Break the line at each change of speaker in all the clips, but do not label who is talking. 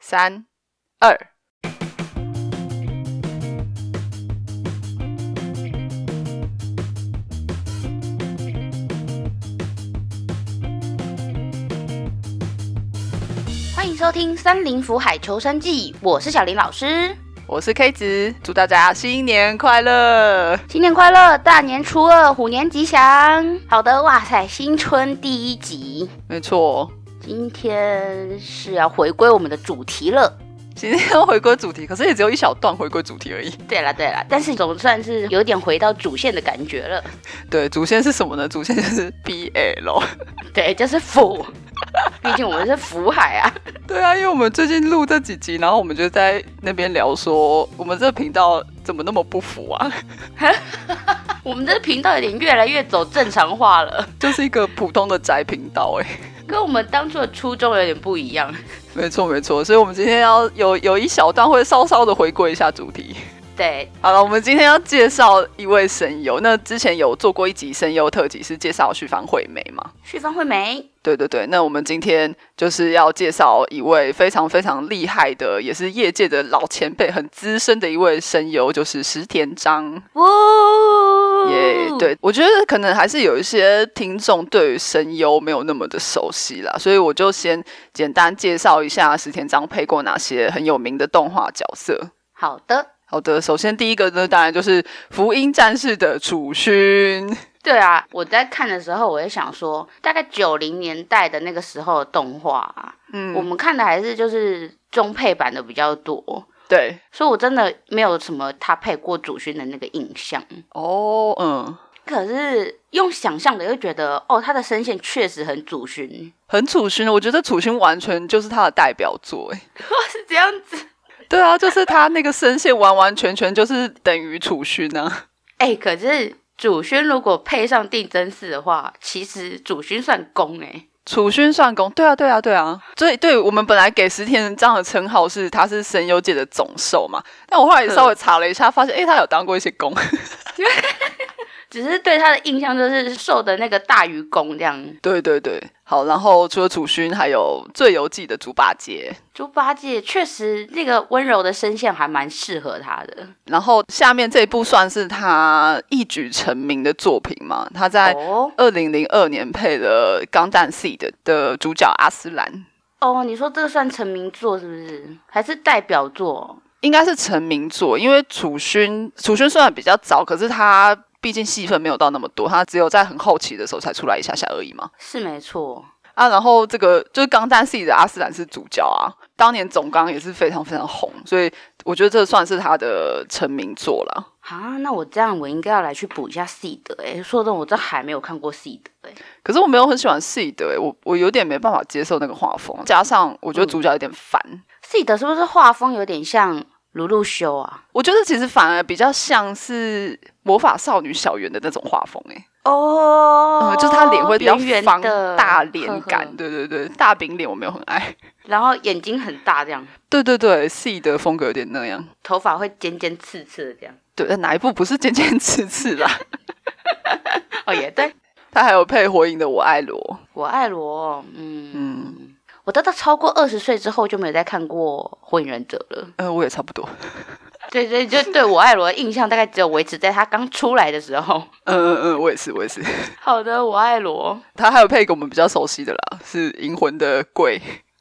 三、二。
欢迎收听《三林福海求生记》，我是小林老师。
我是 K 子，祝大家新年快乐！
新年快乐，大年初二，虎年吉祥。好的，哇塞，新春第一集，
没错，
今天是要回归我们的主题了。
今天要回归主题，可是也只有一小段回归主题而已。
对啦对啦，但是总算是有点回到主线的感觉了。
对，主线是什么呢？主线就是 BL。
对，就是福， 毕竟我们是福海啊。
对啊，因为我们最近录这几集，然后我们就在那边聊说，我们这个频道怎么那么不服啊？
我们这个频道有点越来越走正常化了，
就是一个普通的宅频道哎、
跟我们当初的初衷有点不一样。
没错没错，所以我们今天要有有一小段会稍稍的回归一下主题。
对，
好了，我们今天要介绍一位声优。那之前有做过一集声优特辑，是介绍旭方惠美嘛？
旭方惠美，
对对对，那我们今天就是要介绍一位非常非常厉害的，也是业界的老前辈，很资深的一位声优，就是石田章。
哇，哦
耶、对我觉得可能还是有一些听众对于声优没有那么的熟悉啦，所以我就先简单介绍一下石田章配过哪些很有名的动画角色。
好的。
好的，首先第一个呢，当然就是《福音战士》的楚勋。
对啊，我在看的时候，我也想说，大概九零年代的那个时候的动画、啊，
嗯，
我们看的还是就是中配版的比较多，
对，
所以我真的没有什么他配过主勋的那个印象。
哦，嗯，
可是用想象的又觉得，哦，他的声线确实很主 勋，
很楚勋，我觉得楚勋完全就是他的代表作，哎，
是这样子。
对啊，就是他那个声线完完全全就是等于楚勋啊。
哎、可是主勋如果配上定真寺的话，其实主勋算攻哎、
楚勋算功，对啊，对啊，对啊，所以对我们本来给石田章的称号是他是声优界的总兽嘛，但我后来也稍微查了一下，发现诶，他有当过一些工，
只是对他的印象就是受的那个大于攻这样。
对对对，好，然后除了楚勋，还有《最游记》的猪八戒，
猪八戒确实那个温柔的声线还蛮适合他的。
然后下面这一部算是他一举成名的作品嘛，他在
哦
二零零二年配了《钢弹 seed》的的主角阿斯兰，
哦，你说这个算成名作是不是？还是代表作？
应该是成名作，因为楚勋楚勋虽然比较早，可是他毕竟戏份没有到那么多，他只有在很后期的时候才出来一下下而已嘛。
是没错。
啊，然后这个就是《钢弹 seed》的阿斯兰是主角啊，当年总钢也是非常非常红，所以我觉得这算是他的成名作了。
啊，那我这样我应该要来去补一下 seed 哎、说真的，我这还没有看过 seed 哎、
可是我没有很喜欢 seed，、欸、我我有点没办法接受那个画风，加上我觉
嗯
得主角有点烦。
seed 是不是画风有点像鲁鲁修啊？
我觉得其实反而比较像是魔法少女小圆的那种画风、欸，
哦
嗯，就是她脸会比较
圆圆
方
的
大脸感，
呵呵
对对对，大饼脸我没有很爱。
然后眼睛很大这样，
对对对，C 的风格有点那样。
头发会尖尖刺刺的这样。
对，但哪一部不是尖尖刺刺 啦？
哦，也对，
他还有配火影的我爱罗，
我爱罗，嗯。
嗯
我到到超过二十岁之后就没有再看过《火影忍者》了。
呃，我也差不多。
对对，就对我爱罗的印象大概只有维持在他刚出来的时候。
嗯嗯嗯，我也是我也是。
好的，我爱罗
他还有配一个我们比较熟悉的啦，是银魂的鬼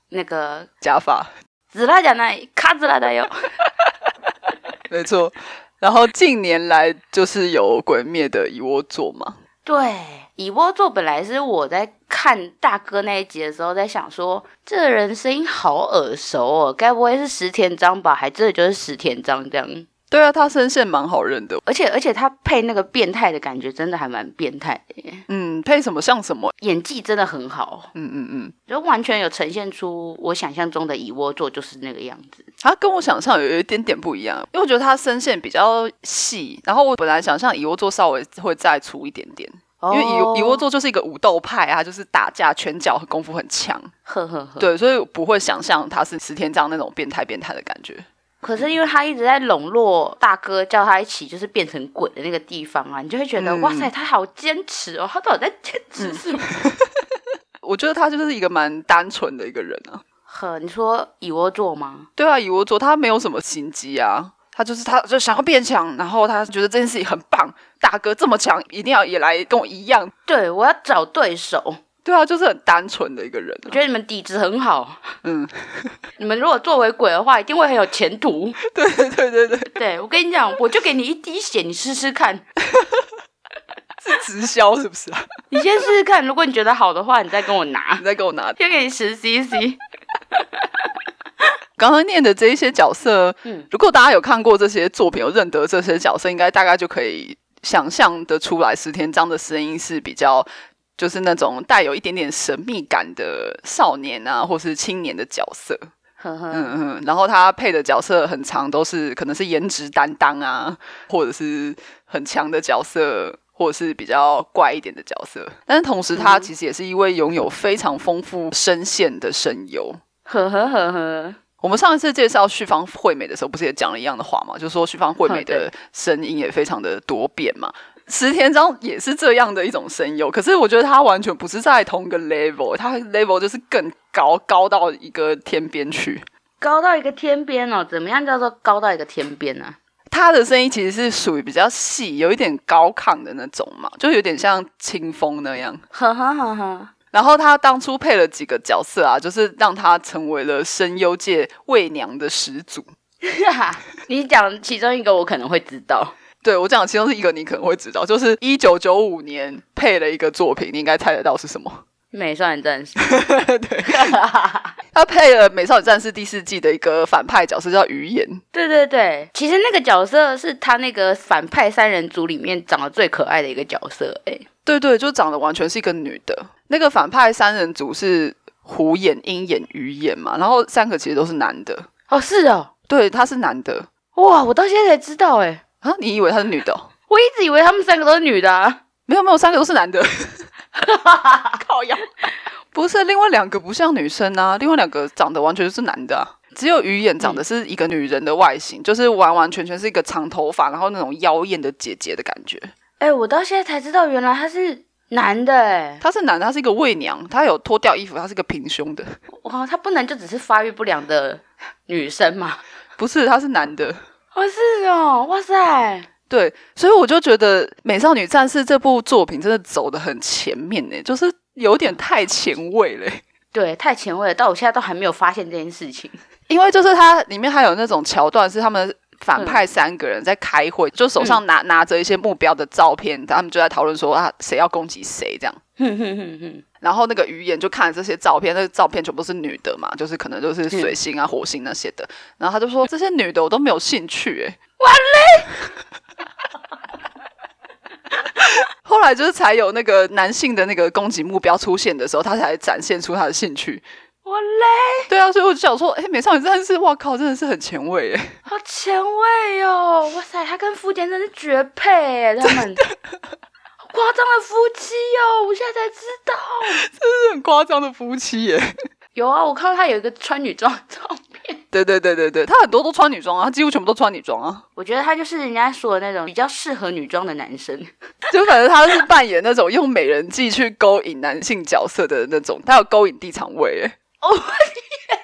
那个
假发，
紫拉讲那卡紫拉的哟。
没错。然后近年来就是有鬼灭的一窝座嘛，
对，以窝座本来是我在看大哥那一集的时候在想说，这人声音好耳熟哦，该不会是石田章吧？还真的就是石田章这样。
对啊，他声线蛮好认的，
而且而且他配那个变态的感觉真的还蛮变态的耶，
嗯，配什么像什么，
演技真的很好。
嗯嗯嗯，
就完全有呈现出我想象中的蚁窝座就是那个样子。
他跟我想象有一点点不一样，因为我觉得他声线比较细，然后我本来想象蚁窝座稍微会再粗一点点，因为
哦
蚁蚁窝，座就是一个武斗派啊，就是打架拳脚和功夫很强，
呵呵呵。
对，所以我不会想象他是石天章那种变态变态的感觉。
可是因为他一直在笼络大哥，叫他一起就是变成鬼的那个地方啊，你就会觉得、
嗯
哇塞，他好坚持哦，他到底在坚持什么？
我觉得他就是一个蛮单纯的一个人啊，
很，你说蚁窝座吗？
对啊，蚁窝座他没有什么心机啊，他就是他就想要变强，然后他觉得这件事情很棒，大哥这么强，一定要也来跟我一样。
对，我要找对手。
对啊，就是很单纯的一个人啊、
我觉得你们底子很好，
嗯，
你们如果作为鬼的话，一定会很有前途。
对对对对对，
对我跟你讲，我就给你一滴血，你试试看，
是直销是不是啊？
你先试试看，如果你觉得好的话，你再跟我拿
你，在给我拿
先给你十 CC。
刚刚念的这一些角色，
嗯
如果大家有看过这些作品，有认得这些角色，应该大概就可以想象得出来，石田章的声音是比较就是那种带有一点点神秘感的少年啊，或是青年的角色。
呵呵，
嗯嗯，然后他配的角色很长，都是可能是颜值担当啊，或者是很强的角色，或者是比较怪一点的角色。但是同时，他
嗯
其实也是一位拥有非常丰富声线的声优。
呵呵呵呵，
我们上一次介绍旭方惠美的时候，不是也讲了一样的话嘛？就说旭方惠美
嗯对
的声音也非常的多变嘛。石田章也是这样的一种声优，可是我觉得他完全不是在同一个 level，他 level 就是更高，高到一个天边去。
高到一个天边哦，怎么样叫做高到一个天边呢、啊？
他的声音其实是属于比较细，有一点高亢的那种嘛，就有点像清风那样。
呵呵呵呵，
然后他当初配了几个角色啊，就是让他成为了声优界媚娘的始祖。
你讲其中一个，我可能会知道。
对我讲，其中是一个你可能会知道，就是一九九五年配了一个作品，你应该猜得到是什么。
美少女战士，
对，他配了《美少女战士》第四季的一个反派角色叫鱼眼，
对对对，其实那个角色是他那个反派三人组里面长得最可爱的一个角色，哎，
对对，就长得完全是一个女的。那个反派三人组是虎眼、鹰眼、鱼眼嘛，然后三个其实都是男的。
哦是哦，
对，他是男的
哇，我到现在才知道，哎，
啊？你以为他是女的哦、
我一直以为他们三个都是女的、啊，
没有没有，三个都是男的。 靠腰，不是，另外两个不像女生啊，另外两个长得完全就是男的啊、只有鱼眼长得是一个女人的外形，就是完完全全是一个长头发，然后那种妖艳的姐姐的感觉。
哎，我到现在才知道，原来他是男的，哎，
她是男的，她是一个媚娘，她有脱掉衣服，她是一个平胸的，
哇，他不能就只是发育不良的女生嘛？
不是，她是男的。
哦是哦，哇塞，
对，所以我就觉得《美少女战士》这部作品真的走得很前面呢、就是有点太前卫了欸、
对，太前卫了，到我现在都还没有发现这件事情。
因为就是它里面还有那种桥段是他们。反派三个人在开会，就手上拿拿着一些目标的照片，他们就在讨论说啊，谁要攻击谁这样。
哼哼哼哼，
然后那个鱼眼就看了这些照片，那个照片全部是女的嘛，就是可能就是水星啊、火星那些的。然后他就说这些女的我都没有兴趣、欸，哎，完嘞。后来就是才有那个男性的那个攻击目标出现的时候，他才展现出他的兴趣。
我累，
对啊，所以我就想说，哎、美少女战士，哇靠，真的是很前卫哎。
好前卫哦！哇塞，他跟福田真是绝配耶，他们 好夸张的夫妻哦！我现在才知道，
很夸张的夫妻耶。
有啊，我看到他有一个穿女装的照片，
对对对对对，他很多都穿女装啊，他几乎全部都穿女装啊。
我觉得他就是人家说的那种比较适合女装的男生。
就反正他是扮演那种用美人计去勾引男性角色的那种，他有勾引地场位 耶。
哦
我的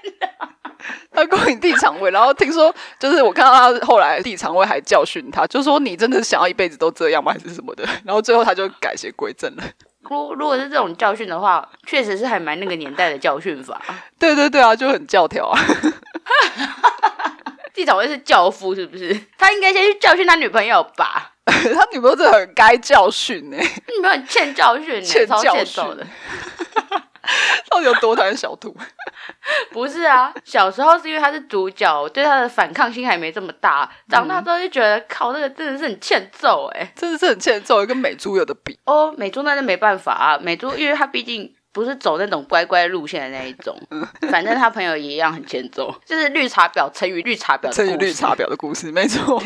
天他勾引地场位，然后听说就是我看到他后来地场位还教训他，就说你真的想要一辈子都这样吗？还是什么的？然后最后他就改邪归正了。
如如果是这种教训的话，确实是还蛮那个年代的教训法。
对对对啊，就很教条啊。
地场卫是教父是不是？他应该先去教训他女朋友吧？
他女朋友真的很该教训呢、
他女朋友很欠教训耶，
欠
超
教
欠
训
揍的。
到底有多讨厌小兔？
不是啊，小时候是因为他是主角，我对他的反抗心还没这么大。长大之后就觉得，靠，这个真的是很欠揍哎、
真的是很欠揍，跟美猪有的比。
哦，美珠那就没办法啊，美珠因为他毕竟不是走那种乖乖路线的那一 种，反正他朋友也一样很欠揍，就是绿茶婊乘以绿茶婊的
这是
故事
绿茶。婊的故事，没错。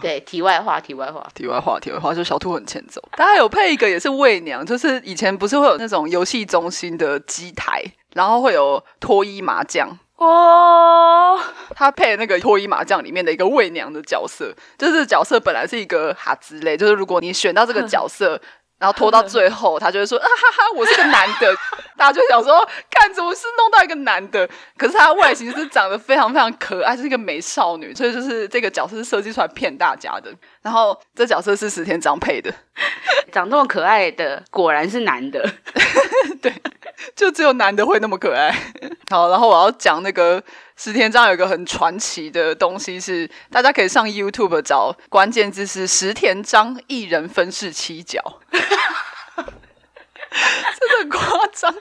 对，题外话，题外话，
题外话，题外话，就小兔很欠揍。大家有配一个也是喂娘，就是以前不是会有那种游戏中心的机台，然后会有脱衣麻将。
哦，
他配那个脱衣麻将里面的一个喂娘的角色，就是这角色本来是一个哈之类，就是如果你选到这个角色，然后拖到最后，他就会说啊哈哈，我是个男的， 大家就想说，看怎么是弄到一个男的，可是他外形是长得非常非常可爱，是一个美少女，所以就是这个角色是设计出来骗大家的。然后这角色是石田章配的，
长这么可爱的，果然是男的。
对，就只有男的会那么可爱。 好，然后我要讲那个石田章有一个很传奇的东西是，大家可以上 YouTube 找，关键字是石田章一人分饰七角， 真的很夸张。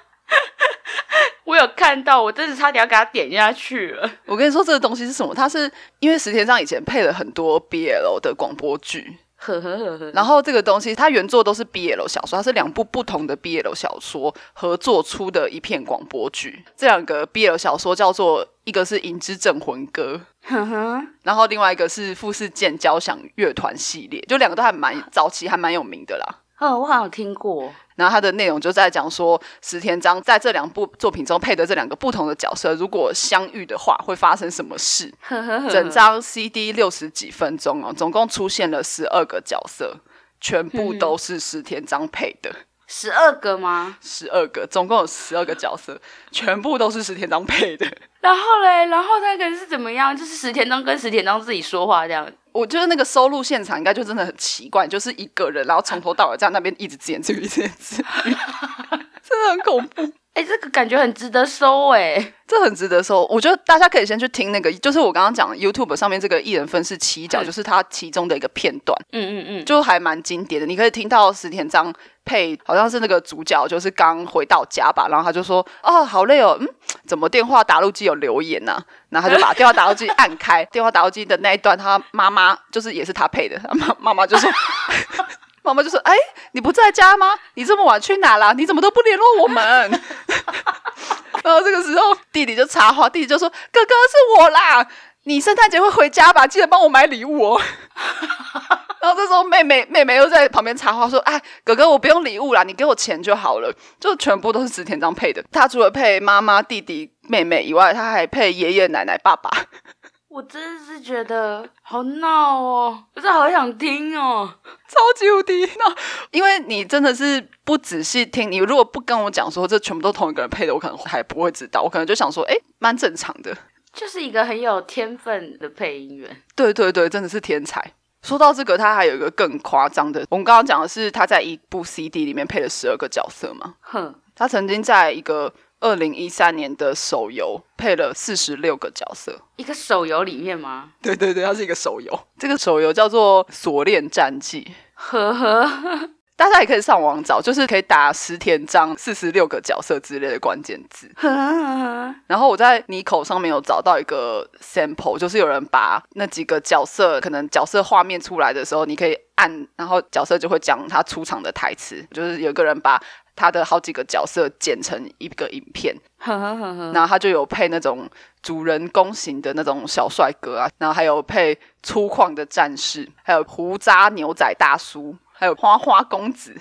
我有看到，我真的差点要给他点下去了。
我跟你说，这个东西是什么？它是因为石田章以前配了很多 BL 的广播剧，
呵呵呵呵，
然后这个东西它原作都是 BL 小说，它是两部不同的 BL 小说合作出的一片广播剧。这两个 BL 小说叫做一个是《银之镇魂歌》，
呵呵，
然后另外一个是富士见交响乐团系列，就两个都还蛮早期，还蛮有名的啦。
嗯，我好像有听过。
然后它的内容就在讲说，石田章在这两部作品中配的这两个不同的角色，如果相遇的话，会发生什么事？
呵呵呵，
整张 CD 六十几分钟哦，总共出现了十二个角色，全部都是石田章配的，
十二个吗？
十二个，总共有十二个角色，全部都是石田章配的。
然后嘞，然后那个是怎么样？就是石田章跟石田章自己说话这样。
我觉得那个收录现场应该就真的很奇怪，就是一个人，然后从头到尾在那边一直自言自语，自言自语， 真的很恐怖。
哎、这个感觉很值得收哎、
这很值得收。我觉得大家可以先去听那个，就是我刚刚讲的 YouTube 上面这个一人分饰七角，
嗯
就是它其中的一个片段，
嗯嗯嗯，
就还蛮经典的。你可以听到石田章配，好像是那个主角，就是刚回到家吧，然后他就说：“哦，好累哦，嗯，怎么电话打录机有留言呢、然后他就把电话打录机按开，电话打录机的那一段，他妈妈就是也是他配的，他妈妈妈就说。 妈妈就说：“哎、你不在家吗？你这么晚去哪啦？你怎么都不联络我们？” 然后这个时候弟弟就插话，弟弟就说：“哥哥是我啦，你圣诞节会回家吧？记得帮我买礼物哦。”然后这时候妹妹妹妹又在旁边插话说：“哎，哥哥，我不用礼物啦，你给我钱就好了。”就全部都是植田章配的。他除了配妈妈、弟弟、妹妹以外，他还配爷爷奶奶、爸 爸。
我真的是觉得好闹哦，我真的好想听哦。
超级无敌闹，因为你真的是不仔细听，你如果不跟我讲说这全部都同一个人配的，我可能还不会知道，我可能就想说，哎，蛮正常的。
就是一个很有天分的配音员，
对对对，真的是天才。说到这个，他还有一个更夸张的，我们刚刚讲的是他在一部 CD 里面配了十二个角色嘛，
哼，
他曾经在一个二零一三年的手游配了四十六个角色。
一个手游里面吗？
对对对，它是一个手游，这个手游叫做《锁链战记》。
呵呵，
大家也可以上网找，就是可以打石田章四十六个角色之类的关键字。
呵
然后我在 n i c o 上面有找到一个 sample，就是有人把那几个角色，可能角色画面出来的时候，你可以按，然后角色就会讲他出场的台词。就是有一个人把他的好几个角色剪成一个影片，
呵呵呵呵，
然后他就有配那种主人公型的那种小帅哥啊，然后还有配粗犷的战士，还有胡渣牛仔大叔，还有花花公子。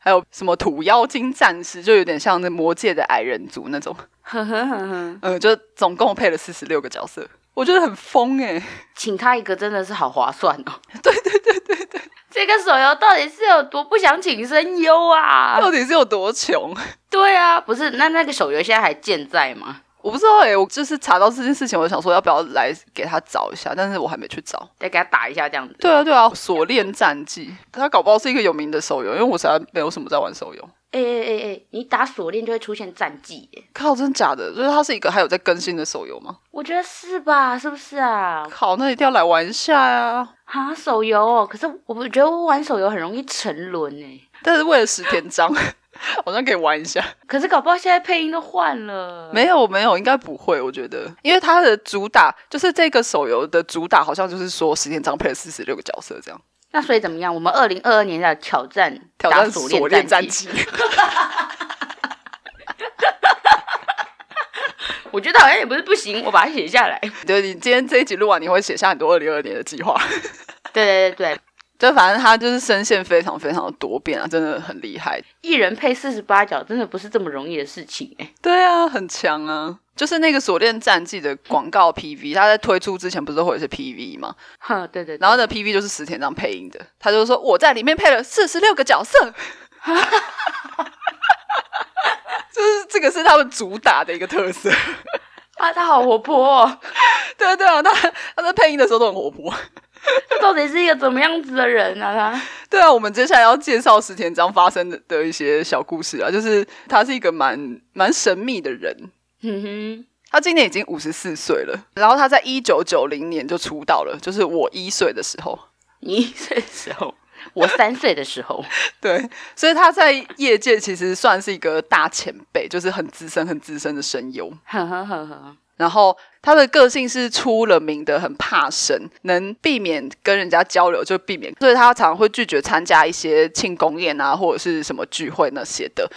还有什么土妖精战士，就有点像那魔界的矮人族那 种。
呵呵呵呵，
嗯，就总共配了四十六个角色，我觉得很疯哎、
请他一个真的是好划算哦。 对对对对对，这个手游到底是有多不想请声优啊？
到底是有多穷？
对啊，不是，那那个手游现在还健在吗？
我不知道哎、我就是查到这件事情，我就想说要不要来给他找一下，但是我还没去找。
再给他打一下这样子。
对啊，对啊，《锁链战记》他搞不好是一个有名的手游，因为我实在没有什么在玩手游。
哎哎哎哎，你打锁链就会出现战绩耶？
靠，真假的？就是它是一个还有在更新的手游吗？
我觉得是吧？是不是啊？
靠，那一定要来玩一下呀、
啊，手游哦，可是我不觉得我玩手游很容易沉沦哎。
但是为了十天章， 好像可以玩一下。
可是搞不好现在配音都换了，
没有没有，应该不会，我觉得，因为它的主打就是这个手游的主打，好像就是说十天章配了四十六个角色这样，
那所以怎么样？我们二零二二年要挑战
挑
打
战
锁
锁链战
绩，
绩。
我觉得好像也不是不行，我把它写下来。
对你今天这一集录完，你会写下很多二零二年的计划。
对对对对，
就反正他就是声线非常非常的多变啊，真的很厉害。
一人配四十八角，真的不是这么容易的事情哎。
对啊，很强啊。就是那个《锁链战记》的广告 PV，他在推出之前不是都会有一些 PV 吗？
哼，对对对，
然后呢，PV 就是石田章配音的，他就说我在里面配了四十六个角色， 就是这个是他们主打的一个特色。
啊，他好活泼、哦，
对啊对啊，他他在配音的时候都很活泼。
他到底是一个怎么样子的人啊？他
对啊，我们接下来要介绍石田章发生的的一些小故事啊，就是他是一个蛮蛮神秘的人。
哼嗯哼，
他今年已经五十四岁了，然后他在一九九零年就出道了，就是我一岁的时候。
你岁时候，我三岁的时候，
对，所以他在业界其实算是一个大前辈，就是很资深、很资深的声优。
呵呵呵呵，
然后他的个性是出了名的很怕生，能避免跟人家交流就避免，所以他常会拒绝参加一些庆功宴啊，或者是什么聚会那些的，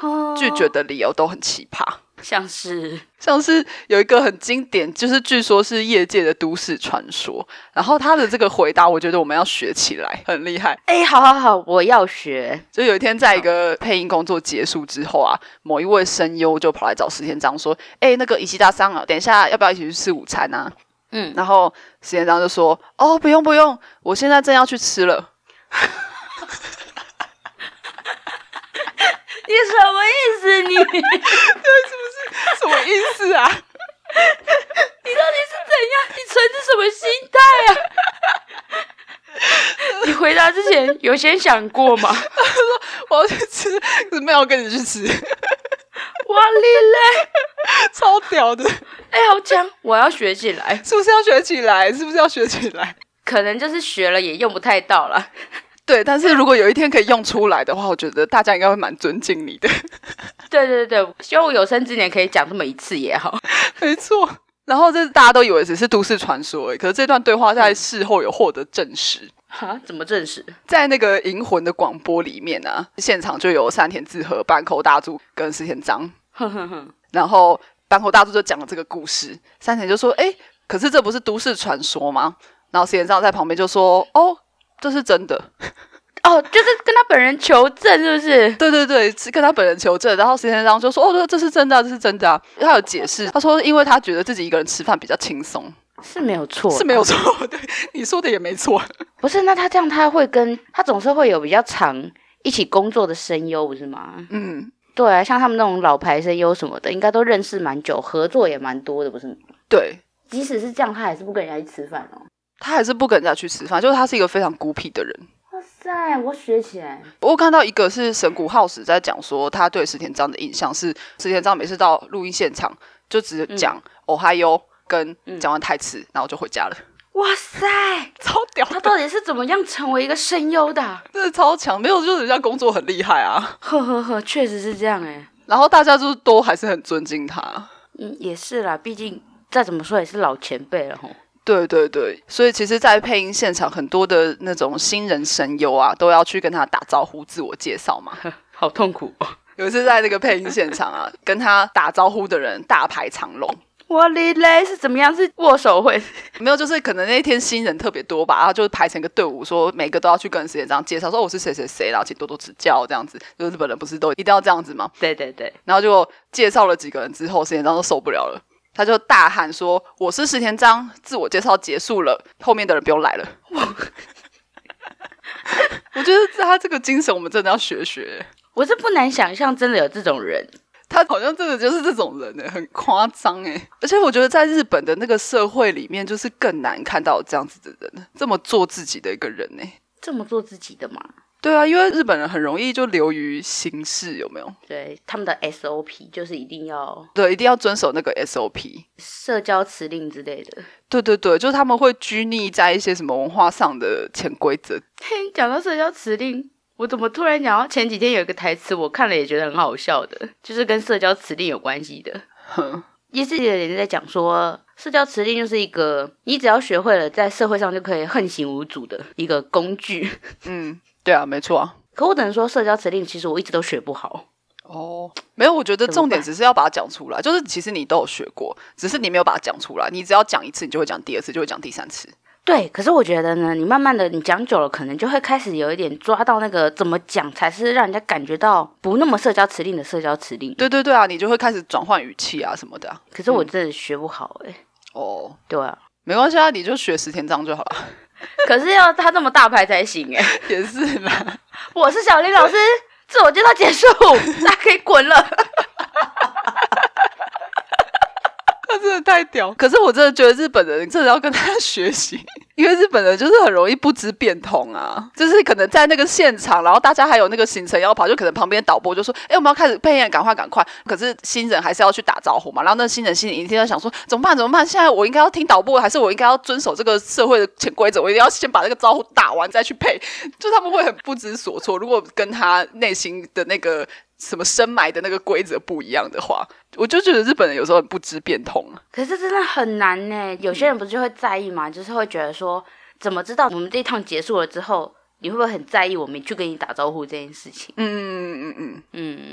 哦
拒绝的理由都很奇葩。
像是
像是有一个很经典，就是据说是业界的都市传说。然后他的这个回答，我觉得我们要学起来，很厉害。
哎、好好好，我要学。
就有一天，在一个配音工作结束之后啊，某一位声优就跑来找石田章说：“哎、那个伊西大桑啊，等一下要不要一起去吃午餐啊？”
嗯，
然后石田章就说：“哦，不用不用，我现在正要去吃了。
你什么意思？你你到底
什么意思啊？
是怎样？你存着什么心态啊？ 你回答之前有先想过吗？我
我要去吃，可是没有跟你去吃，
哩嘞！
超屌的，
哎、好强！我要学起来，
是不是要学起来？是不是要学起来？”
可能就是学了也用不太到了。
对，但是如果有一天可以用出来的话，我觉得大家应该会蛮尊敬你的。
对对对，希望我有生之年可以讲这么一次也好。
没错。然后这大家都以为只是都市传说而已，可是这段对话在事后有获得证实，
哈，怎么证实？
在那个《银魂》的广播里面啊，现场就有山田智和、坂口大助跟石田章，
哼哼哼，
然后坂口大助就讲了这个故事，山田就说：“哎，可是这不是都市传说吗？”然后石田章在旁边就说：“哦，这是真的。”
哦，就是跟他本人求证，是不是？
对对对，是跟他本人求证，然后石田章就说：“哦，对，这是真的啊、这是真的、啊。”他有解释，他说因为他觉得自己一个人吃饭比较轻松，
是没有错，
是没有。错。对，你说的也没错。
不是，那他这样他会跟他总是会有比较长一起工作的声优，不是吗？
嗯，
对啊，像他们那种老牌声优什么的，应该都认识蛮久，合作也蛮多的，不是吗？
对
即使是这样，他还是不跟人家去吃饭哦。
他还是不跟人家去吃饭，就是他是一个非常孤僻的人。
哇塞，我学起来。
我有看到一个是神谷浩史在讲说，他对石田章的印象是，石田章每次到录音现场就只讲“哦嗨哟”跟讲完台词，然后就回家了，
哇塞，
超屌
他
的，
到底是怎么样成为一个声优的啊、
真的超强。没有，就是人家工作很厉害啊，
呵呵呵，确实是这样哎、
然后大家就是都还是很尊敬他。
嗯，也是啦，毕竟再怎么说也是老前辈了吼。
对对对，所以其实，在配音现场，很多的那种新人声优啊，都要去跟他打招呼、自我介绍嘛。
好痛苦哦！
有一次在那个配音现场啊，跟他打招呼的人大排长龙，
我哩嘞是怎么样？是握手会？
没有，就是可能那一天新人特别多吧，然后就是排成一个队伍，说每个都要去跟石田章介绍，说哦我是谁谁谁，然后请多多指教这样子。就是日本人不是都一定要这样子吗？
对对对，
然后就介绍了几个人之后，石田章都受不了了，他就大喊说：“我是石田章，自我介绍结束了，后面的人不用来了。” 我觉得他这个精神，我们真的要学学。
我是不难想象，真的有这种人。
他好像真的就是这种人欸呢，很夸张哎。而且我觉得在日本的那个社会里面，就是更难看到这样子的人，这么做自己的一个人呢。欸
这么做自己的嘛？
对啊，因为日本人很容易就流于形式，有没有？
对，他们的 SOP 就是一定要
对，一定要遵守那个 SOP。
社交辞令之类的。
对对对，就是他们会拘泥在一些什么文化上的潜规则。
嘿， 讲到社交辞令，我怎么突然讲到前几天有一个台词，我看了也觉得很好笑的，就是跟社交辞令有关系的。
哼，
也是有人在讲说，社交辞令就是一个你只要学会了，在社会上就可以横行无阻的一个工具。
嗯，对啊，没错啊。
可我只能说，社交辞令其实我一直都学不好。
哦，没有，我觉得
怎么
重点
办
只是要把它讲出来，就是其实你都有学过，只是你没有把它讲出来。你只要讲一次，你就会讲第二次，就会讲第三次。
对，可是我觉得呢，你慢慢的，你讲久了，可能就会开始有一点抓到那个怎么讲才是让人家感觉到不那么社交辞令的社交辞令。
对对对啊，你就会开始转换语气啊什么的啊、
可是我真的学不好哎、
哦，
对啊，
没关系啊，你就学十天章就好了。
可是要他这么大牌才行哎、
也是啦，
我是小林老师，自我介绍结束，大家可以滚了。
他真的太屌。可是我真的觉得日本人真的要跟他学习，因为日本人就是很容易不知变通啊，就是可能在那个现场，然后大家还有那个行程要跑，就可能旁边导播就说：“哎、我们要开始配音，赶快赶快。”可是新人还是要去打招呼嘛，然后那新人心里一定在想说：“怎么办？怎么办？现在我应该要听导播，还是我应该要遵守这个社会的潜规则？我一定要先把这个招呼打完再去配。”就他们会很不知所措。如果跟他内心的那个什么深埋的那个规则不一样的话，我就觉得日本人有时候很不知变通啊。
可是真的很难呢。有些人不是就会在意嘛，就是会觉得说，怎么知道我们这一趟结束了之后，你会不会很在意我没去跟你打招呼这件事情？
嗯嗯嗯嗯，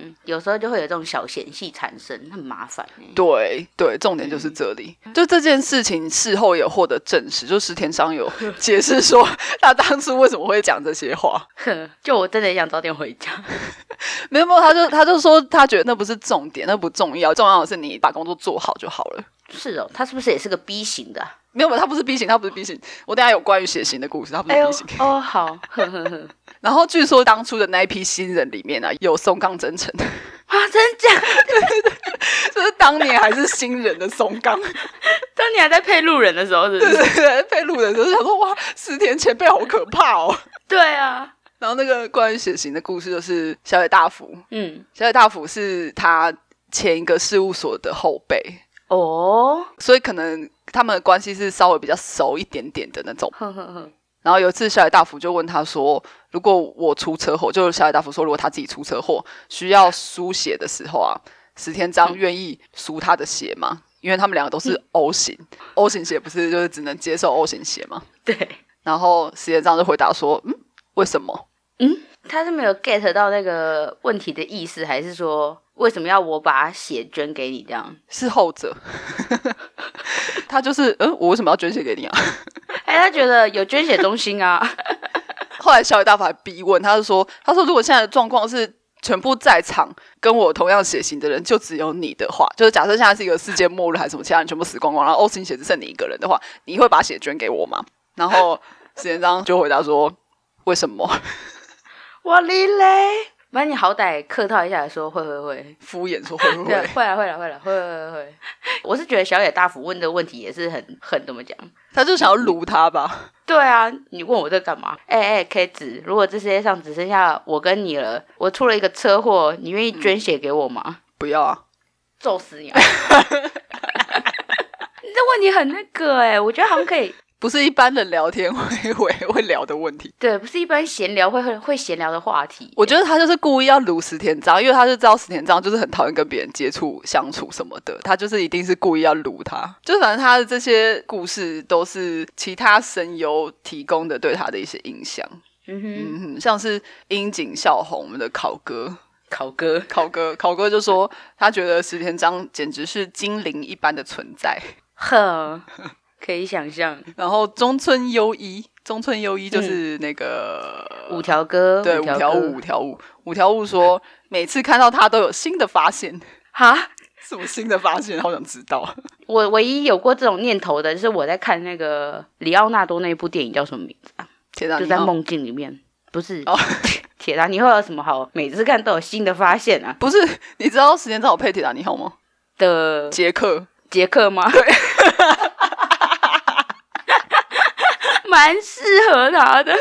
嗯，有时候就会有这种小嫌隙产生，很麻烦欸呢。
对对，重点就是这里。就这件事情事后也获得证实，就石田商 有解释说他当初为什么会讲这些话。
哼就我真的想早点回家。
没有没有，他就他就说他觉得那不是重点，那不重要，重要的是你把工作做好就好了。
是哦，他是不是也是个 B 型的啊、
没有没有，他不是 B 型，他不是 B 型。我等一下有关于血型的故事，他不是
哎呦
B 型。，
哦，好，呵呵呵，
然后据说当初的那一批新人里面呢、啊有松冈真诚，
啊，真假？
就是当年还是新人的松冈。
当你还在配路人的时候，是不
对
是？
对对，被录的时候想说哇，十天前辈好可怕哦。
对啊，
然后那个关于血型的故事就是小野大辅，
嗯，
小野大辅是他前一个事务所的后辈，
哦，
所以可能他们的关系是稍微比较熟一点点的那种。
呵呵呵，
然后有一次小野大辅就问他说：“如果我出车祸，就是小野大辅说，如果他自己出车祸需要输血的时候啊，石田章愿意输他的血吗？”因为他们两个都是 O 型、o 型血不是就是只能接受 O 型血吗？
对，
然后石田章就回答说：“嗯，为什么？
他是没有 get 到那个问题的意思，还是说为什么要我把血捐给你这样？
是后者。 他就是，嗯，我为什么要捐血给你啊？
哎，他觉得有捐血中心啊，
后来小野大法逼问，他就说，他说如果现在的状况是全部在场跟我同样血型的人就只有你的话，就是假设现在是一个世界末日还是什么，其他人全部死光光，然后 O 型血只剩你一个人的话，你会把血捐给我吗？然后石田章就回答说，为什么？
我哩嘞。反正你好歹客套一下说会会会，
敷衍说会不
对，
会？
会啊会啊会啊会会会。我是觉得小野大辅问的问题也是很很怎么讲，
他就想要撸他吧？
对啊，你问我这干嘛？哎、哎、k 子，如果这世界上只剩下我跟你了，我出了一个车祸，你愿意捐血给我吗？
不要啊！
揍死你啊！ 你这问题很那个哎、我觉得好像可以，
不是一般人聊天会会会聊的问题。
对，不是一般闲聊会会会闲聊的话题。
我觉得他就是故意要撸石田章，因为他就知道石田章就是很讨厌跟别人接触、相处什么的，他就是一定是故意要撸他。就反正他的这些故事都是其他声优提供的对他的一些影响，
嗯哼，
嗯哼，像是樱井孝宏我们的考哥，
考哥，
考哥，考哥就说他觉得石田章简直是精灵一般的存在。
哼，可以想象
然后中村优一，中村优一就是那个、
五条哥，
对五条
哥
悟，五条悟，五条悟说每次看到他都有新的发现。
哈。
什么新的发现？好想知道。
我唯一有过这种念头的，就是我在看那个里奥纳多那部电影叫什么名字啊？
天哪，
就
你
在
好
梦境里面，不是？
哦
铁达尼号有什么好？每次看都有新的发现啊
不是？你知道时间正好配铁达尼号吗？
的
杰克，
杰克吗？ 蛮适合他的，啊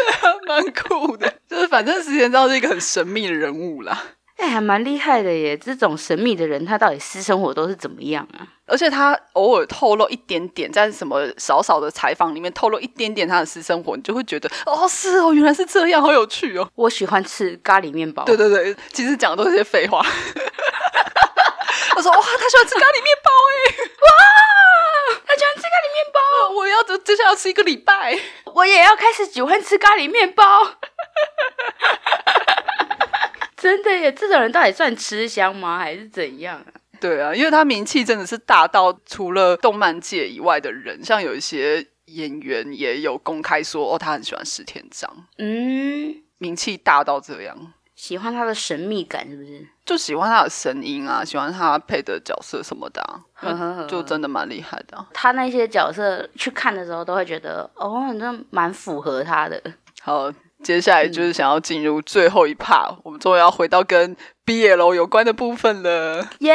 蛮酷的。就是反正时间正好是一个很神秘的人物啦，
哎、还蛮厉害的耶！这种神秘的人，他到底私生活都是怎么样啊？
而且他偶尔透露一点点，在什么少少的采访里面透露一点点他的私生活，你就会觉得哦，是哦，原来是这样，好有趣哦。
我喜欢吃咖喱面包，
对对对，其实讲的都是些废 话。我说哇，他喜欢吃咖喱面包哎、
他喜欢吃咖喱面 包，
哦我要接下来要吃一个礼拜。
我也要开始喜欢吃咖喱面包。 真的耶，这种人到底算吃香吗？还是怎样啊？
对啊，因为他名气真的是大到除了动漫界以外的人，像有一些演员也有公开说哦，他很喜欢石田章，
嗯，
名气大到这样，
喜欢他的神秘感是不是？
就喜欢他的声音啊，喜欢他配的角色什么的、
呵
啊，
呵呵
就真的蛮厉害的啊、
他那些角色去看的时候，都会觉得哦，那蛮符合他的。
好，接下来就是想要进入最后一 part，、我们终于要回到跟 BL 有关的部分了。
耶、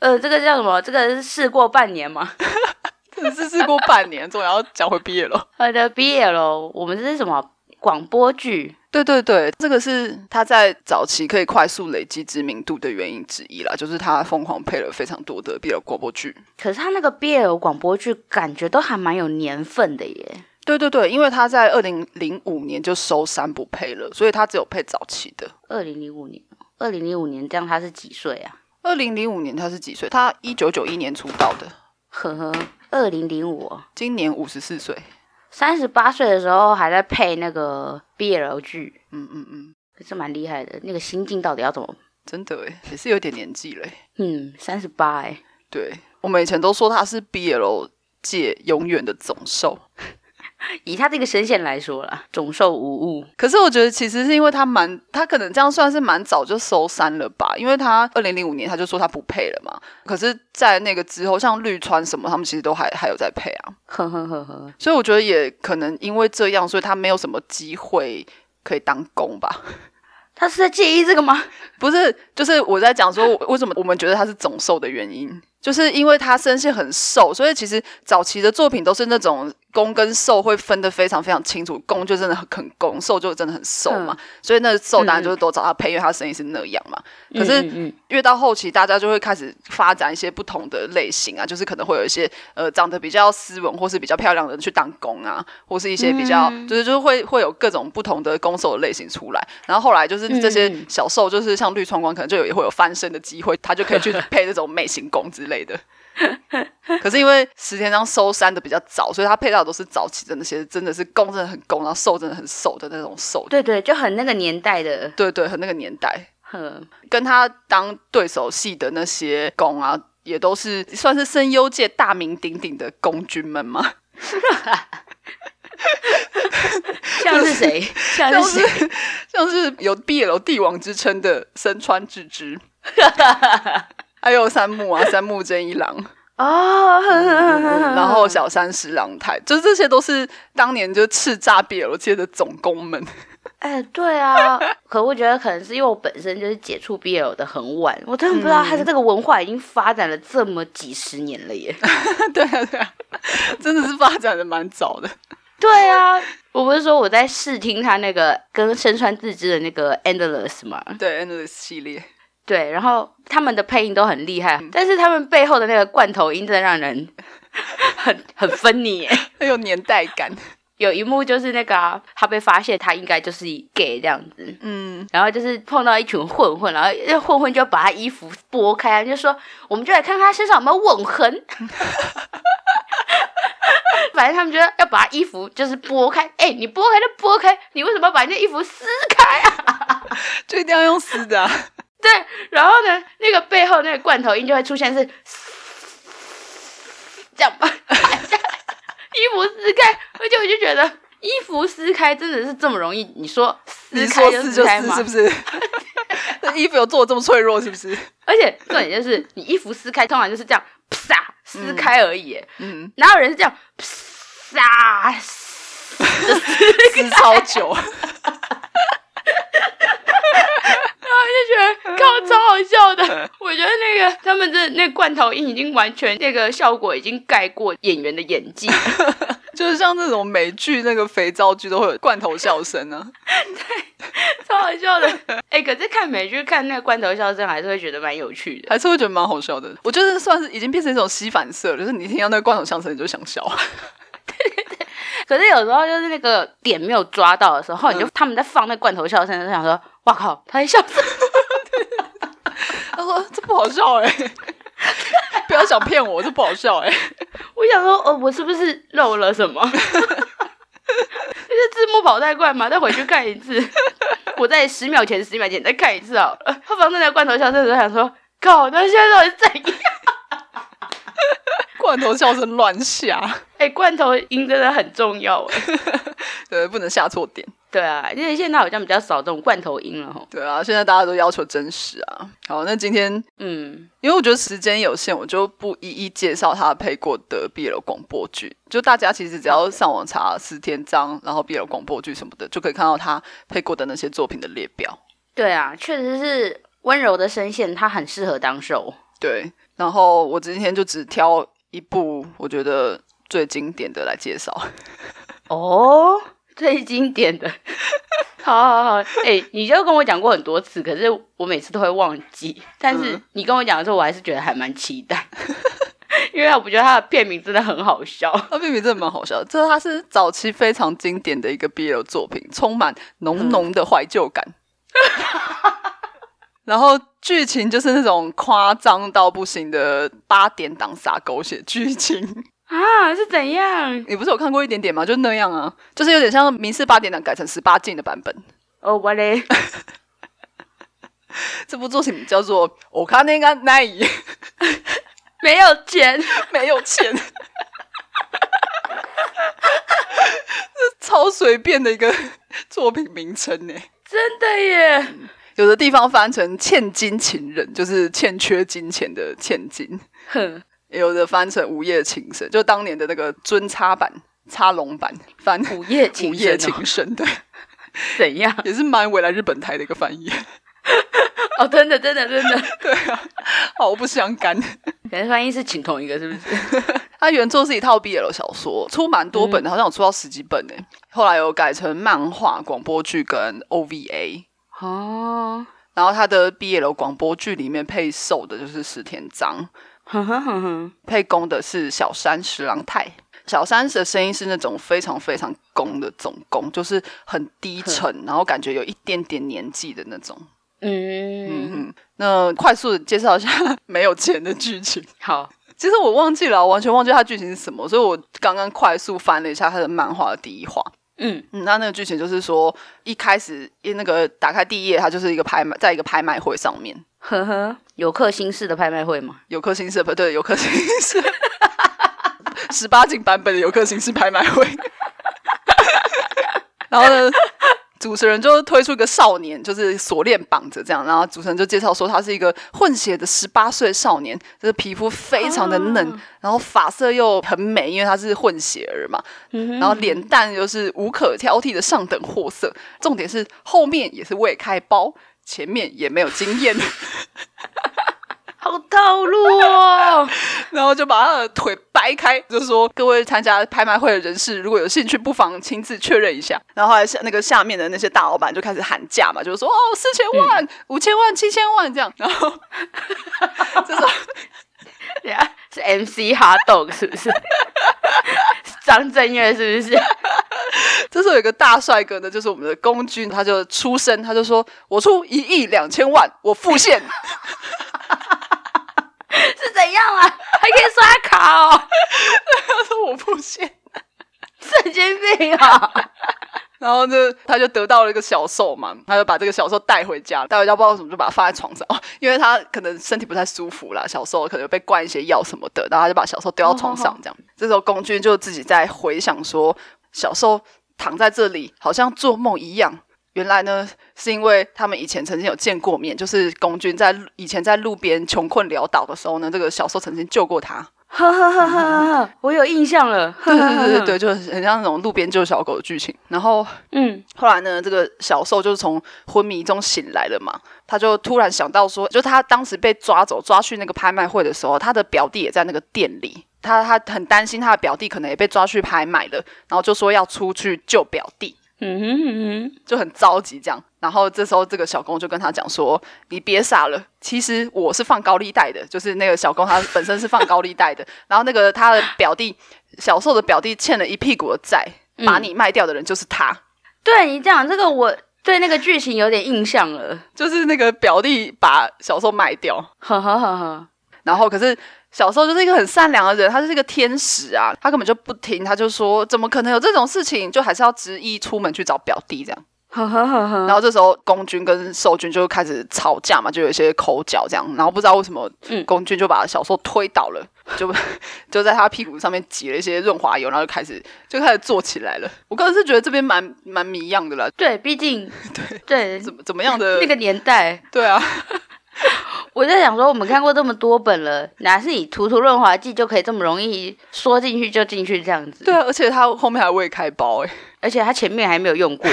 呃，这个叫什么？这个是试过半年吗？
真是事过半年，终于要讲回 BL。
我的 BL，我们这是什么广播剧？
对对对，这个是他在早期可以快速累积知名度的原因之一啦，就是他疯狂配了非常多的 BL 广播剧。
可是他那个 BL 广播剧感觉都还蛮有年份的耶。
对对对，因为他在二零零五年就收三不配了，所以他只有配早期的。
二零零五年，二零零五年这样他是几岁啊？
二零零五年他是几岁？他一九九一年出道的，
呵呵，二零零五，
今年五十四岁。
三十八岁的时候还在配那个 BL 剧，
嗯嗯嗯，
可是蛮厉害的。那个心境到底要怎么？
真的诶，也是有点年纪嘞。
嗯，三十八哎，
对我们以前都说他是 BL 界永远的总兽，
以他这个声线来说啦，总受无误。
可是我觉得其实是因为他蛮，他可能这样算是蛮早就收山了吧，因为他二零零五年他就说他不配了嘛。可是，在那个之后，像绿川什么，他们其实都还还有在配啊。
呵呵呵呵，
所以我觉得也可能因为这样，所以他没有什么机会可以当工吧。
他是在介意这个吗？
不是，就是我在讲说，为什么我们觉得他是总瘦的原因，就是因为他声线很瘦，所以其实早期的作品都是那种攻跟受会分得非常非常清楚，攻就真的很攻，受就真的很瘦嘛，所以那个瘦当然就是都找他配，因为他声音是那样嘛。可是
嗯嗯嗯
越到后期，大家就会开始发展一些不同的类型啊，就是可能会有一些呃长得比较斯文或是比较漂亮的人去当工啊，或是一些比较、就是就是会会有各种不同的攻守的类型出来。然后后来就是这些
嗯
小兽，就是像绿川光，可能就有也会有翻身的机会，他就可以去配这种美型工之类的。 可是因为石田章收山的比较早，所以他配到的都是早期的那些真的是攻真的很攻，然后瘦真的很瘦的那种瘦。
对对，就很那个年代的，
对对，很那个年代。
呵，
跟他当对手戏的那些公啊，也都是算是声优界大名鼎鼎的公君们嘛。
像是谁？ 像
像
是
是
谁？
像是有 BL 帝王之称的身川智之， 还有三木啊，三木真一郎，
哦，呵呵呵呵呵
然后小山十郎太，就是这些都是当年就叱咤 BL 界的总攻们。
哎，对啊，可我觉得可能是因为我本身就是接触 BL 的很晚，我真的不知道他的这个文化已经发展了这么几十年了耶。
对啊，对啊，真的是发展的蛮早的。
对啊，我不是说我在试听他那个跟身川智之的那个 Endless 嘛，
对 Endless 系列，
对，然后他们的配音都很厉害，但是他们背后的那个罐头音真的让人 很很分你耶。
很有年代感。
有一幕就是那个啊、他被发现他应该就是 gay 这样子，
嗯，
然后就是碰到一群混混，然后那混混就把他衣服拨开，啊就说我们就来看看他身上有没有吻痕。 反正他们觉得要把他衣服就是拨开，哎、你拨开就拨开，你为什么要把人家衣服撕开啊？
就一定要用撕的、啊。
对，然后呢，那个背后那个罐头音就会出现是这样吧，把人家衣服撕开，而且我就觉得衣服撕开真的是这么容易？你说撕
你
开
说
就
撕
撕
就
开
撕，
吗
是？不是？ 那衣服有做的这么脆弱，是不是？
而且重点就是，你衣服撕开通常就是这样，啪撕开而已耶，
嗯，
哪有人是这样啪 撕
撕超久，
就觉得靠超好笑的。我觉得那个他们的那罐头音已经完全那个效果已经盖过演员的演技，
就是像那种美剧那个肥皂剧都会有罐头笑声啊。
超好笑的。哎、可是看美剧看那个罐头笑声还是会觉得蛮有趣的。
还是会觉得蛮好笑的。我觉得算是已经变成一种吸反射了，就是你听到那个罐头笑声，你就想笑。啊
可是有时候就是那个点没有抓到的时候，你就他们在放那罐头笑声，就想说哇靠，他在笑什么？
他说这不好笑哎、 不要想骗我，这不好笑哎、
我想说，哦，我是不是漏了什么？那些字幕跑太快嘛，再回去看一次。我在十秒前、十秒前再看一次好了。他放在那罐头笑声的时候，想说，靠，他现在 到底怎样？
罐头笑声乱下，
哎、罐头音真的很重要哎。
对，不能下错点。
对对啊，因为现在好像比较少这种罐头音了吼。
对啊，现在大家都要求真实啊。好，那今天
嗯，
因为我觉得时间有限，我就不一一介绍他配过的 BL 广播剧。就大家其实只要上网查石田章，然后 BL 广播剧什么的，就可以看到他配过的那些作品的列表。
对啊，确实是温柔的声线，它很适合当受。
对，然后我今天就只挑一部我觉得最经典的来介绍。
哦，最经典的。 好好好，哎、你就跟我讲过很多次，可是我每次都会忘记。但是
嗯
你跟我讲的时候，我还是觉得还蛮期待， 因为我觉得它的片名真的很好笑。
那片名真的蛮好笑的，这它是早期非常经典的一个 BL 作品，充满浓浓的怀旧感。 然后剧情就是那种夸张到不行的八点档撒狗血剧情，
啊，是怎样？
你不是有看过一点点吗？就那样啊，就是有点像民视八点档改成十八禁的版本。
哦，我嘞，
这部作品叫做《我看那个奈伊
没有钱，
没有钱》， 这超随便的一个作品名称呢、
真的耶！
有的地方翻成“欠金情人”，就是欠缺金钱的欠金；
哼，
有的翻成“午夜情深”，就当年的那个尊差版、插龙版翻“
午夜
午
情深、
夜
哦，
情深”，对，
怎样？
也是蛮未来日本台的一个翻译，
哦，真的，真的，真的，
毫不相干。
感觉翻译是请同一个，是不是？
它原作是一套 BL 小说，出蛮多本的，好像有出到十几本呢。后来有改成漫画、广播剧跟 OVA。
哦，
然后它的 BL 广播剧里面配受的就是石田章，
哼哼哼哼，
配攻的是小山十郎太。小山的声音是那种非常非常攻的总攻，就是很低沉，然后感觉有一点点年纪的那种。
嗯，
嗯，那快速的介绍一下没有钱的剧情。
好，
其实我忘记了，我完全忘记它剧情是什么，所以我刚刚快速翻了一下它的漫画的第一话。
嗯
嗯，那那个剧情就是说，一开始因那个打开第一页，它就是一个拍卖，在一个拍卖会上面，
呵呵，有克星式的拍卖会吗？
有颗星是不对，有颗星是 十八禁版本的有颗星是拍卖会。 然后呢，主持人就推出一个少年，就是锁链绑着这样。然后主持人就介绍说，他是一个混血的十八岁少年，就是皮肤非常的嫩，
啊
然后发色又很美，因为他是混血儿嘛。
嗯
然后脸蛋又是无可挑剔的上等货色，重点是后面也是未开包，前面也没有经验。
好套路哦，
然后就把他的腿掰开，就说各位参加拍卖会的人士，如果有兴趣，不妨亲自确认一下。然后后来下那个下面的那些大老板就开始喊价嘛，就是说哦四千万、五千万、七千万这样，然后这种
对啊，是 MC 哈豆是不是？ 是张震岳是不是？
这时候有一个大帅哥呢，就是我们的公君，他就出声，他就说我出一亿两千万，我付现。
是怎样啊？还可以刷卡哦，
他说我付现。
神经病啊！
然后就他就得到了一个小兽嘛，他就把这个小兽带回家，带回家不知道为什么就把它放在床上，哦， 因为他可能身体不太舒服啦，小兽可能有被灌一些药什么的，然后他就把小兽丢到床上这样。这时候公君就自己在回想说，小兽躺在这里好像做梦一样。原来呢，是因为他们以前曾经有见过面，就是公君在路以前在路边穷困潦倒的时候呢，这个小兽曾经救过他。
呵呵呵呵呵，我有印象了。对
对对对对，对，就是很像那种路边救小狗的剧情。然后
嗯，
后来呢，这个小受就是从昏迷中醒来了嘛，他就突然想到说，就他当时被抓走抓去那个拍卖会的时候，他的表弟也在那个店里，他他很担心他的表弟可能也被抓去拍卖了，然后就说要出去救表弟，
嗯哼嗯
就很着急这样。然后这时候这个小公就跟他讲说：“你别傻了，其实我是放高利贷的，就是那个小公他本身是放高利贷的， 然后那个他的表弟小受的表弟欠了一屁股的债，
哼，
把
嗯
你卖掉的人就是他。
对你讲这个，我对那个剧情有点印象了。
就是那个表弟把小受卖掉，
呵呵呵 呵，
然后可是小受就是一个很善良的人，他就是一个天使啊，他根本就不听，他就说怎么可能有这种事情，就还是要执意出门去找表弟这样。
呵呵呵呵，
然后这时候公君跟受君就开始吵架嘛，就有一些口角这样，然后不知道为什么
嗯
公君就把小受推倒了， 就就在他屁股上面挤了一些润滑油，然后就开始就开始做起来了。我个人是觉得这边蛮蛮迷样的啦，
对，毕竟对
怎么怎么样的
那个年代，
对啊，
我在想说，我们看过这么多本了，哪是你涂涂润滑剂就可以这么容易说进去就进去这样子？
对，啊，而且他后面还未开包哎、
而且它前面还没有用过，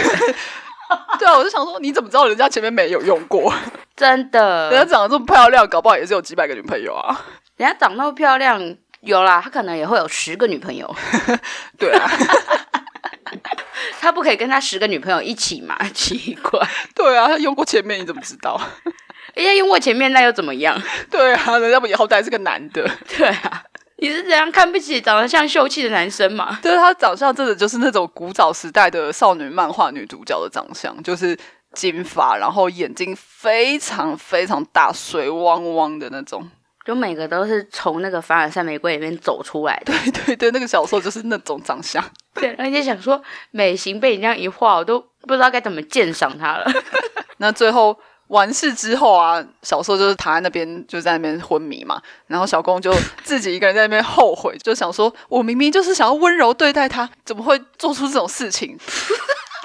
对啊，我就想说你怎么知道人家前面没有用过？
真的。
人家长得这么漂亮，搞不好也是有几百个女朋友啊。
人家长那么漂亮，有啦，他可能也会有十个女朋 友，
对啊，
他不可以跟他十个女朋友一起嘛？奇怪，
对啊，他用过前面你怎么知道？
人家用过前面那又怎么样？
对啊，人家不也好歹是个男的，
对啊，你是怎样看不起长得像秀气的男生嘛？
对他长相真的就是那种古早时代的少女漫画女主角的长相，就是金发，然后眼睛非常非常大，水汪汪的那种。
就每个都是从那个凡尔赛玫瑰里面走出来的，
对对对，那个小时候就是那种长相。
对，然后你就想说美型被你这样一画，我都不知道该怎么鉴赏他了。
那最后完事之后啊，小受就是躺在那边，就在那边昏迷嘛。然后小公就自己一个人在那边后悔，就想说：我明明就是想要温柔对待他，怎么会做出这种事情？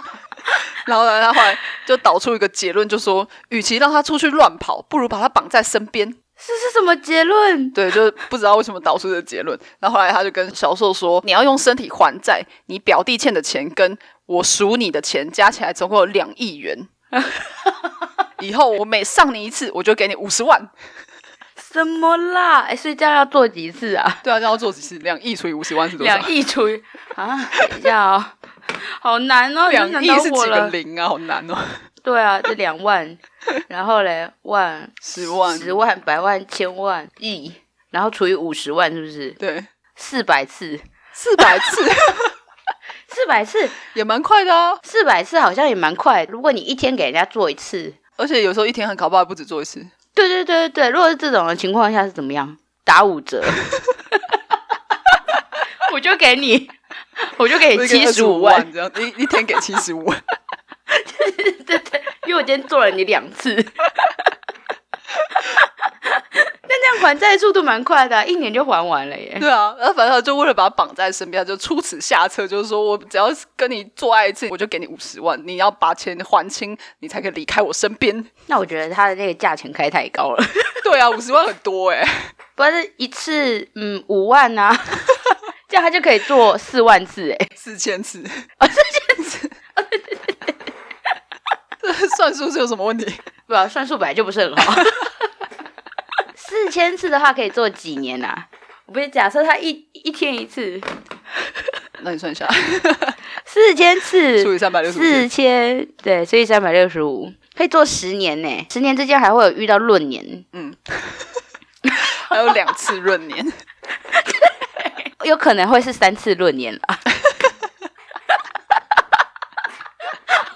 然后呢，他后来就导出一个结论，就说：与其让他出去乱跑，不如把他绑在身边。
这是什么结论？
对，就是不知道为什么导出的结论。然后后来他就跟小受说：“你要用身体还债，你表弟欠的钱跟我数你的钱加起来总共有两亿元。以后我每上你一次，我就给你五十万。
什么啦？哎，睡觉要做几次啊？
对啊，这样要做几次？ 两亿除以五十万是多少？
两亿除以啊，等一下哦， 好难哦，你
两
难
亿
到
是
我
几个
了。
零啊？好难哦，
对啊，这两 万，然后嘞，万、
十万，
十万、百万、千万、亿，然后除以五十万，是不是
对，
四百次？
四百次
四百次，
也蛮快的啊。
四百次好像也蛮快。如果你一天给人家做一次，
而且有时候一天很搞不好还不止做一次。
对对对对对，如果是这种的情况下是怎么样？打五 折，我就给你，我就给你七十五万。
这样，一一天给七十五万，
对对，因为我今天做了你两次。但这样还债速度蛮快的啊、一年就还完了耶。
对啊，然后反正他就为了把他绑在身边，他就出此下策，就是说我只要跟你做爱一次，我就给你五十万，你要把钱还清，你才可以离开我身边。
那我觉得他的那个价钱开太高了，
对啊，五十万很多哎、
不是一次嗯五万啊， 这样他就可以做四万次哎。
啊四千次，四千 次，这算数是有什么问题？
不啊，算数本来就不是很好。四千次的话可以做几年啊？我不是假设他一一天一次，
那你算一下，
四千次
除以三百六十五
四
天，
千，对，所以三百六十五可以做十年呢，十年之间还会有遇到闰年，
还有两次闰年，
有可能会是三次闰年啦。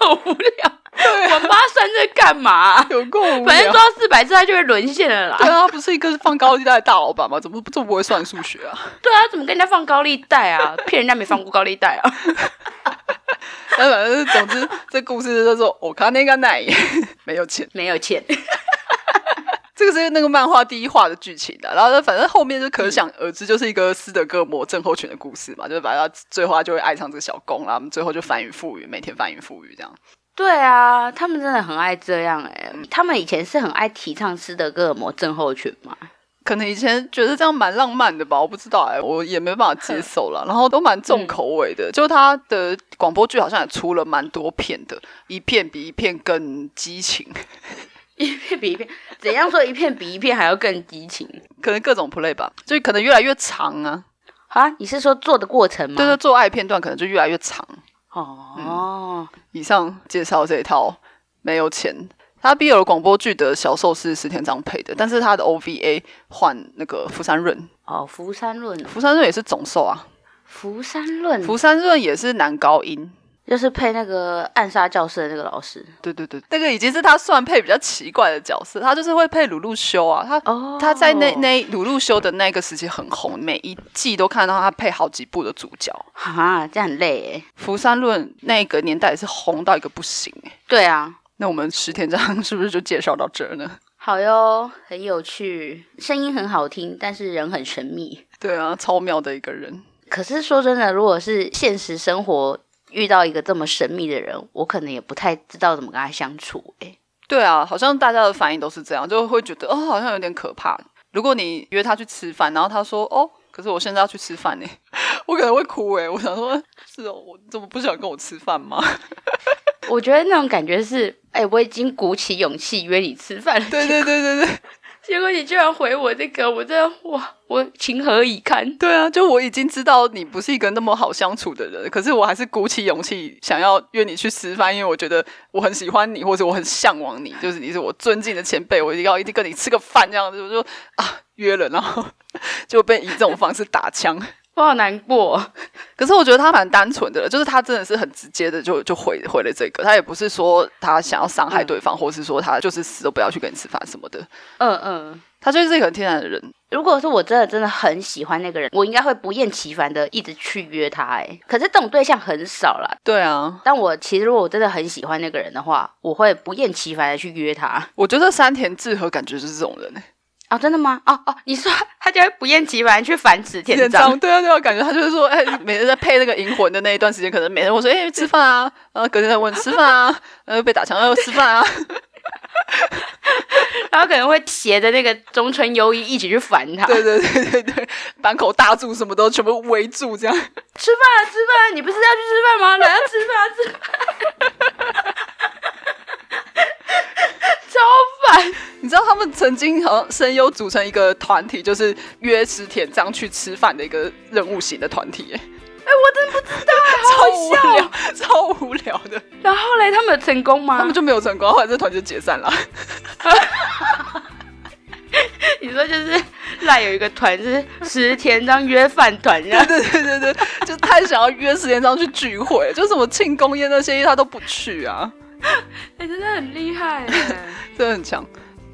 好无聊，我妈算这干嘛啊、
有够啊无
反正做
聊。
到四百次，她就会沦陷了啦。
对啊，他不是一个放高利贷的大老板吗？怎么这么不会算数学啊？
对啊，怎么跟人家放高利贷啊？骗人家没放过高利贷啊？
但反正总之，这故事叫做“我看那个奶 没有钱
没有钱，
这个是那个漫画第一话的剧情的，然后反正后面就可想而知，就是一个斯德哥尔摩症候群的故事嘛，就是把他最后他就会爱上这个小公，然后他们最后就翻云覆雨，每天翻云覆雨这样。
对啊，他们真的很爱这样哎、他们以前是很爱提倡斯德哥尔摩症候群嘛，
可能以前觉得这样蛮浪漫的吧，我不知道哎、我也没办法接受了。然后都蛮重口味的，就他的广播剧好像也出了蛮多片的，一片比一片更激情，
一片比一片，怎样说一片比一片还要更激情？
可能各种 play 吧，就可能越来越长啊。
啊，你是说做的过程吗？
对对，做爱片段可能就越来越长。
哦，
以上介绍这一套没有钱。他 BL 广播剧的小受是石田章配的，但是他的 OVA 换那个福山润，
哦，福山论哦，
福山润也是总受啊，
福山论
福山润也是男高音，
就是配那个暗杀教室的那个老师
对对对，那个已经是他算配比较奇怪的角色，他就是会配鲁路修啊，他、
哦
他在那那鲁路修的那个时期很红，每一季都看到他配好几部的主角。
啊，这样很累诶。
福山润那个年代也是红到一个不行哎、
对啊，
那我们石田章 是不是就介绍到这儿呢？
好哟，很有趣，声音很好听，但是人很神秘。
对啊，超妙的一个人。
可是说真的，如果是现实生活遇到一个这么神秘的人，我可能也不太知道怎么跟他相处、欸。哎，
对啊，好像大家的反应都是这样，就会觉得哦，好像有点可怕。如果你约他去吃饭，然后他说哦，可是我现在要去吃饭呢、 我可能会哭哎、我想说，是哦，我怎么不想跟我吃饭吗？
我觉得那种感觉是，哎、我已经鼓起勇气约你吃饭了，
对对对对对
结果你居然回我这个，我真的哇，我情何以堪？
对啊！就我已经知道你不是一个那么好相处的人，可是我还是鼓起勇气想要约你去吃饭，因为我觉得我很喜欢你，或者我很向往你，就是你是我尊敬的前辈，我一定要一定跟你吃个饭这样子。我就啊约了，然后 就被以这种方式打枪。
我好难过。
可是我觉得他蛮单纯的，就是他真的是很直接的就就回回了这个，他也不是说他想要伤害对方，或是说他就是死都不要去跟你吃饭什么的，
嗯嗯，
他就是一个很天然的人。
如果是我真的真的很喜欢那个人，我应该会不厌其烦的一直去约他、哎，可是这种对象很少啦。
对啊，
但我其实如果我真的很喜欢那个人的话，我会不厌其烦的去约他。
我觉得山田智和感觉就是这种人、欸。
哦，真的吗？哦哦，你说他就会不厌其烦地去繁殖田
典
章
章，，对啊对啊，感觉他就是 说，哎、每天在配那个银魂的那一段时间，可能每天我说，哎、吃饭啊，然后隔天再问吃饭 啊，然后被打墙又吃饭啊，
然后可能会携着那个中村优一一起去烦他。
对对对对 对，坂口大柱什么都全部围住这样，
吃饭啊，吃饭啊！你不是要去吃饭吗？来啊，吃饭啊，吃饭！ 超烦，
你知道他们曾经好像声优组成一个团体，就是约石田章去吃饭的一个任务型的团体、哎，
哎、我真的不知道，
超无
好好笑。啊
聊，超无聊 的，
然后嘞，他们有成功吗？
他们就没有成功，后来这团就解散 了。
你说就是赖有一个团是十田当约饭团，然后
对对对对对，就太想要约石田章去聚会，就什么庆功宴那些他都不去啊，
哎、真的很厉害耶。
真的很强。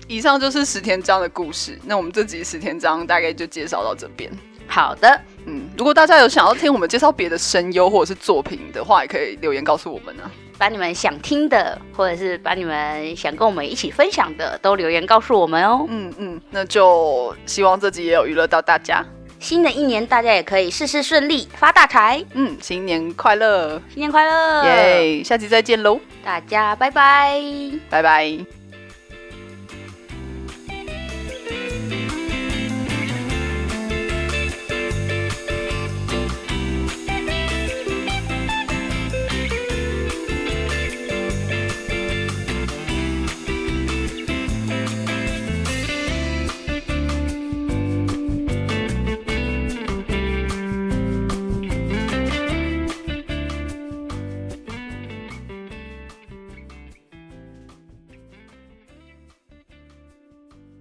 以上就是石田章的故事，那我们这集石田章大概就介绍到这边。
好的，
嗯，如果大家有想要听我们介绍别的声优或者是作品的话，也可以留言告诉我们啊。
把你们想听的，或者是把你们想跟我们一起分享的，都留言告诉我们哦。
嗯嗯，那就希望这集也有娱乐到大家。
新的一年大家也可以事事顺利，发大财，
嗯，新年快乐，
新年快乐！
耶、下集再见喽，
大家拜拜。
拜拜。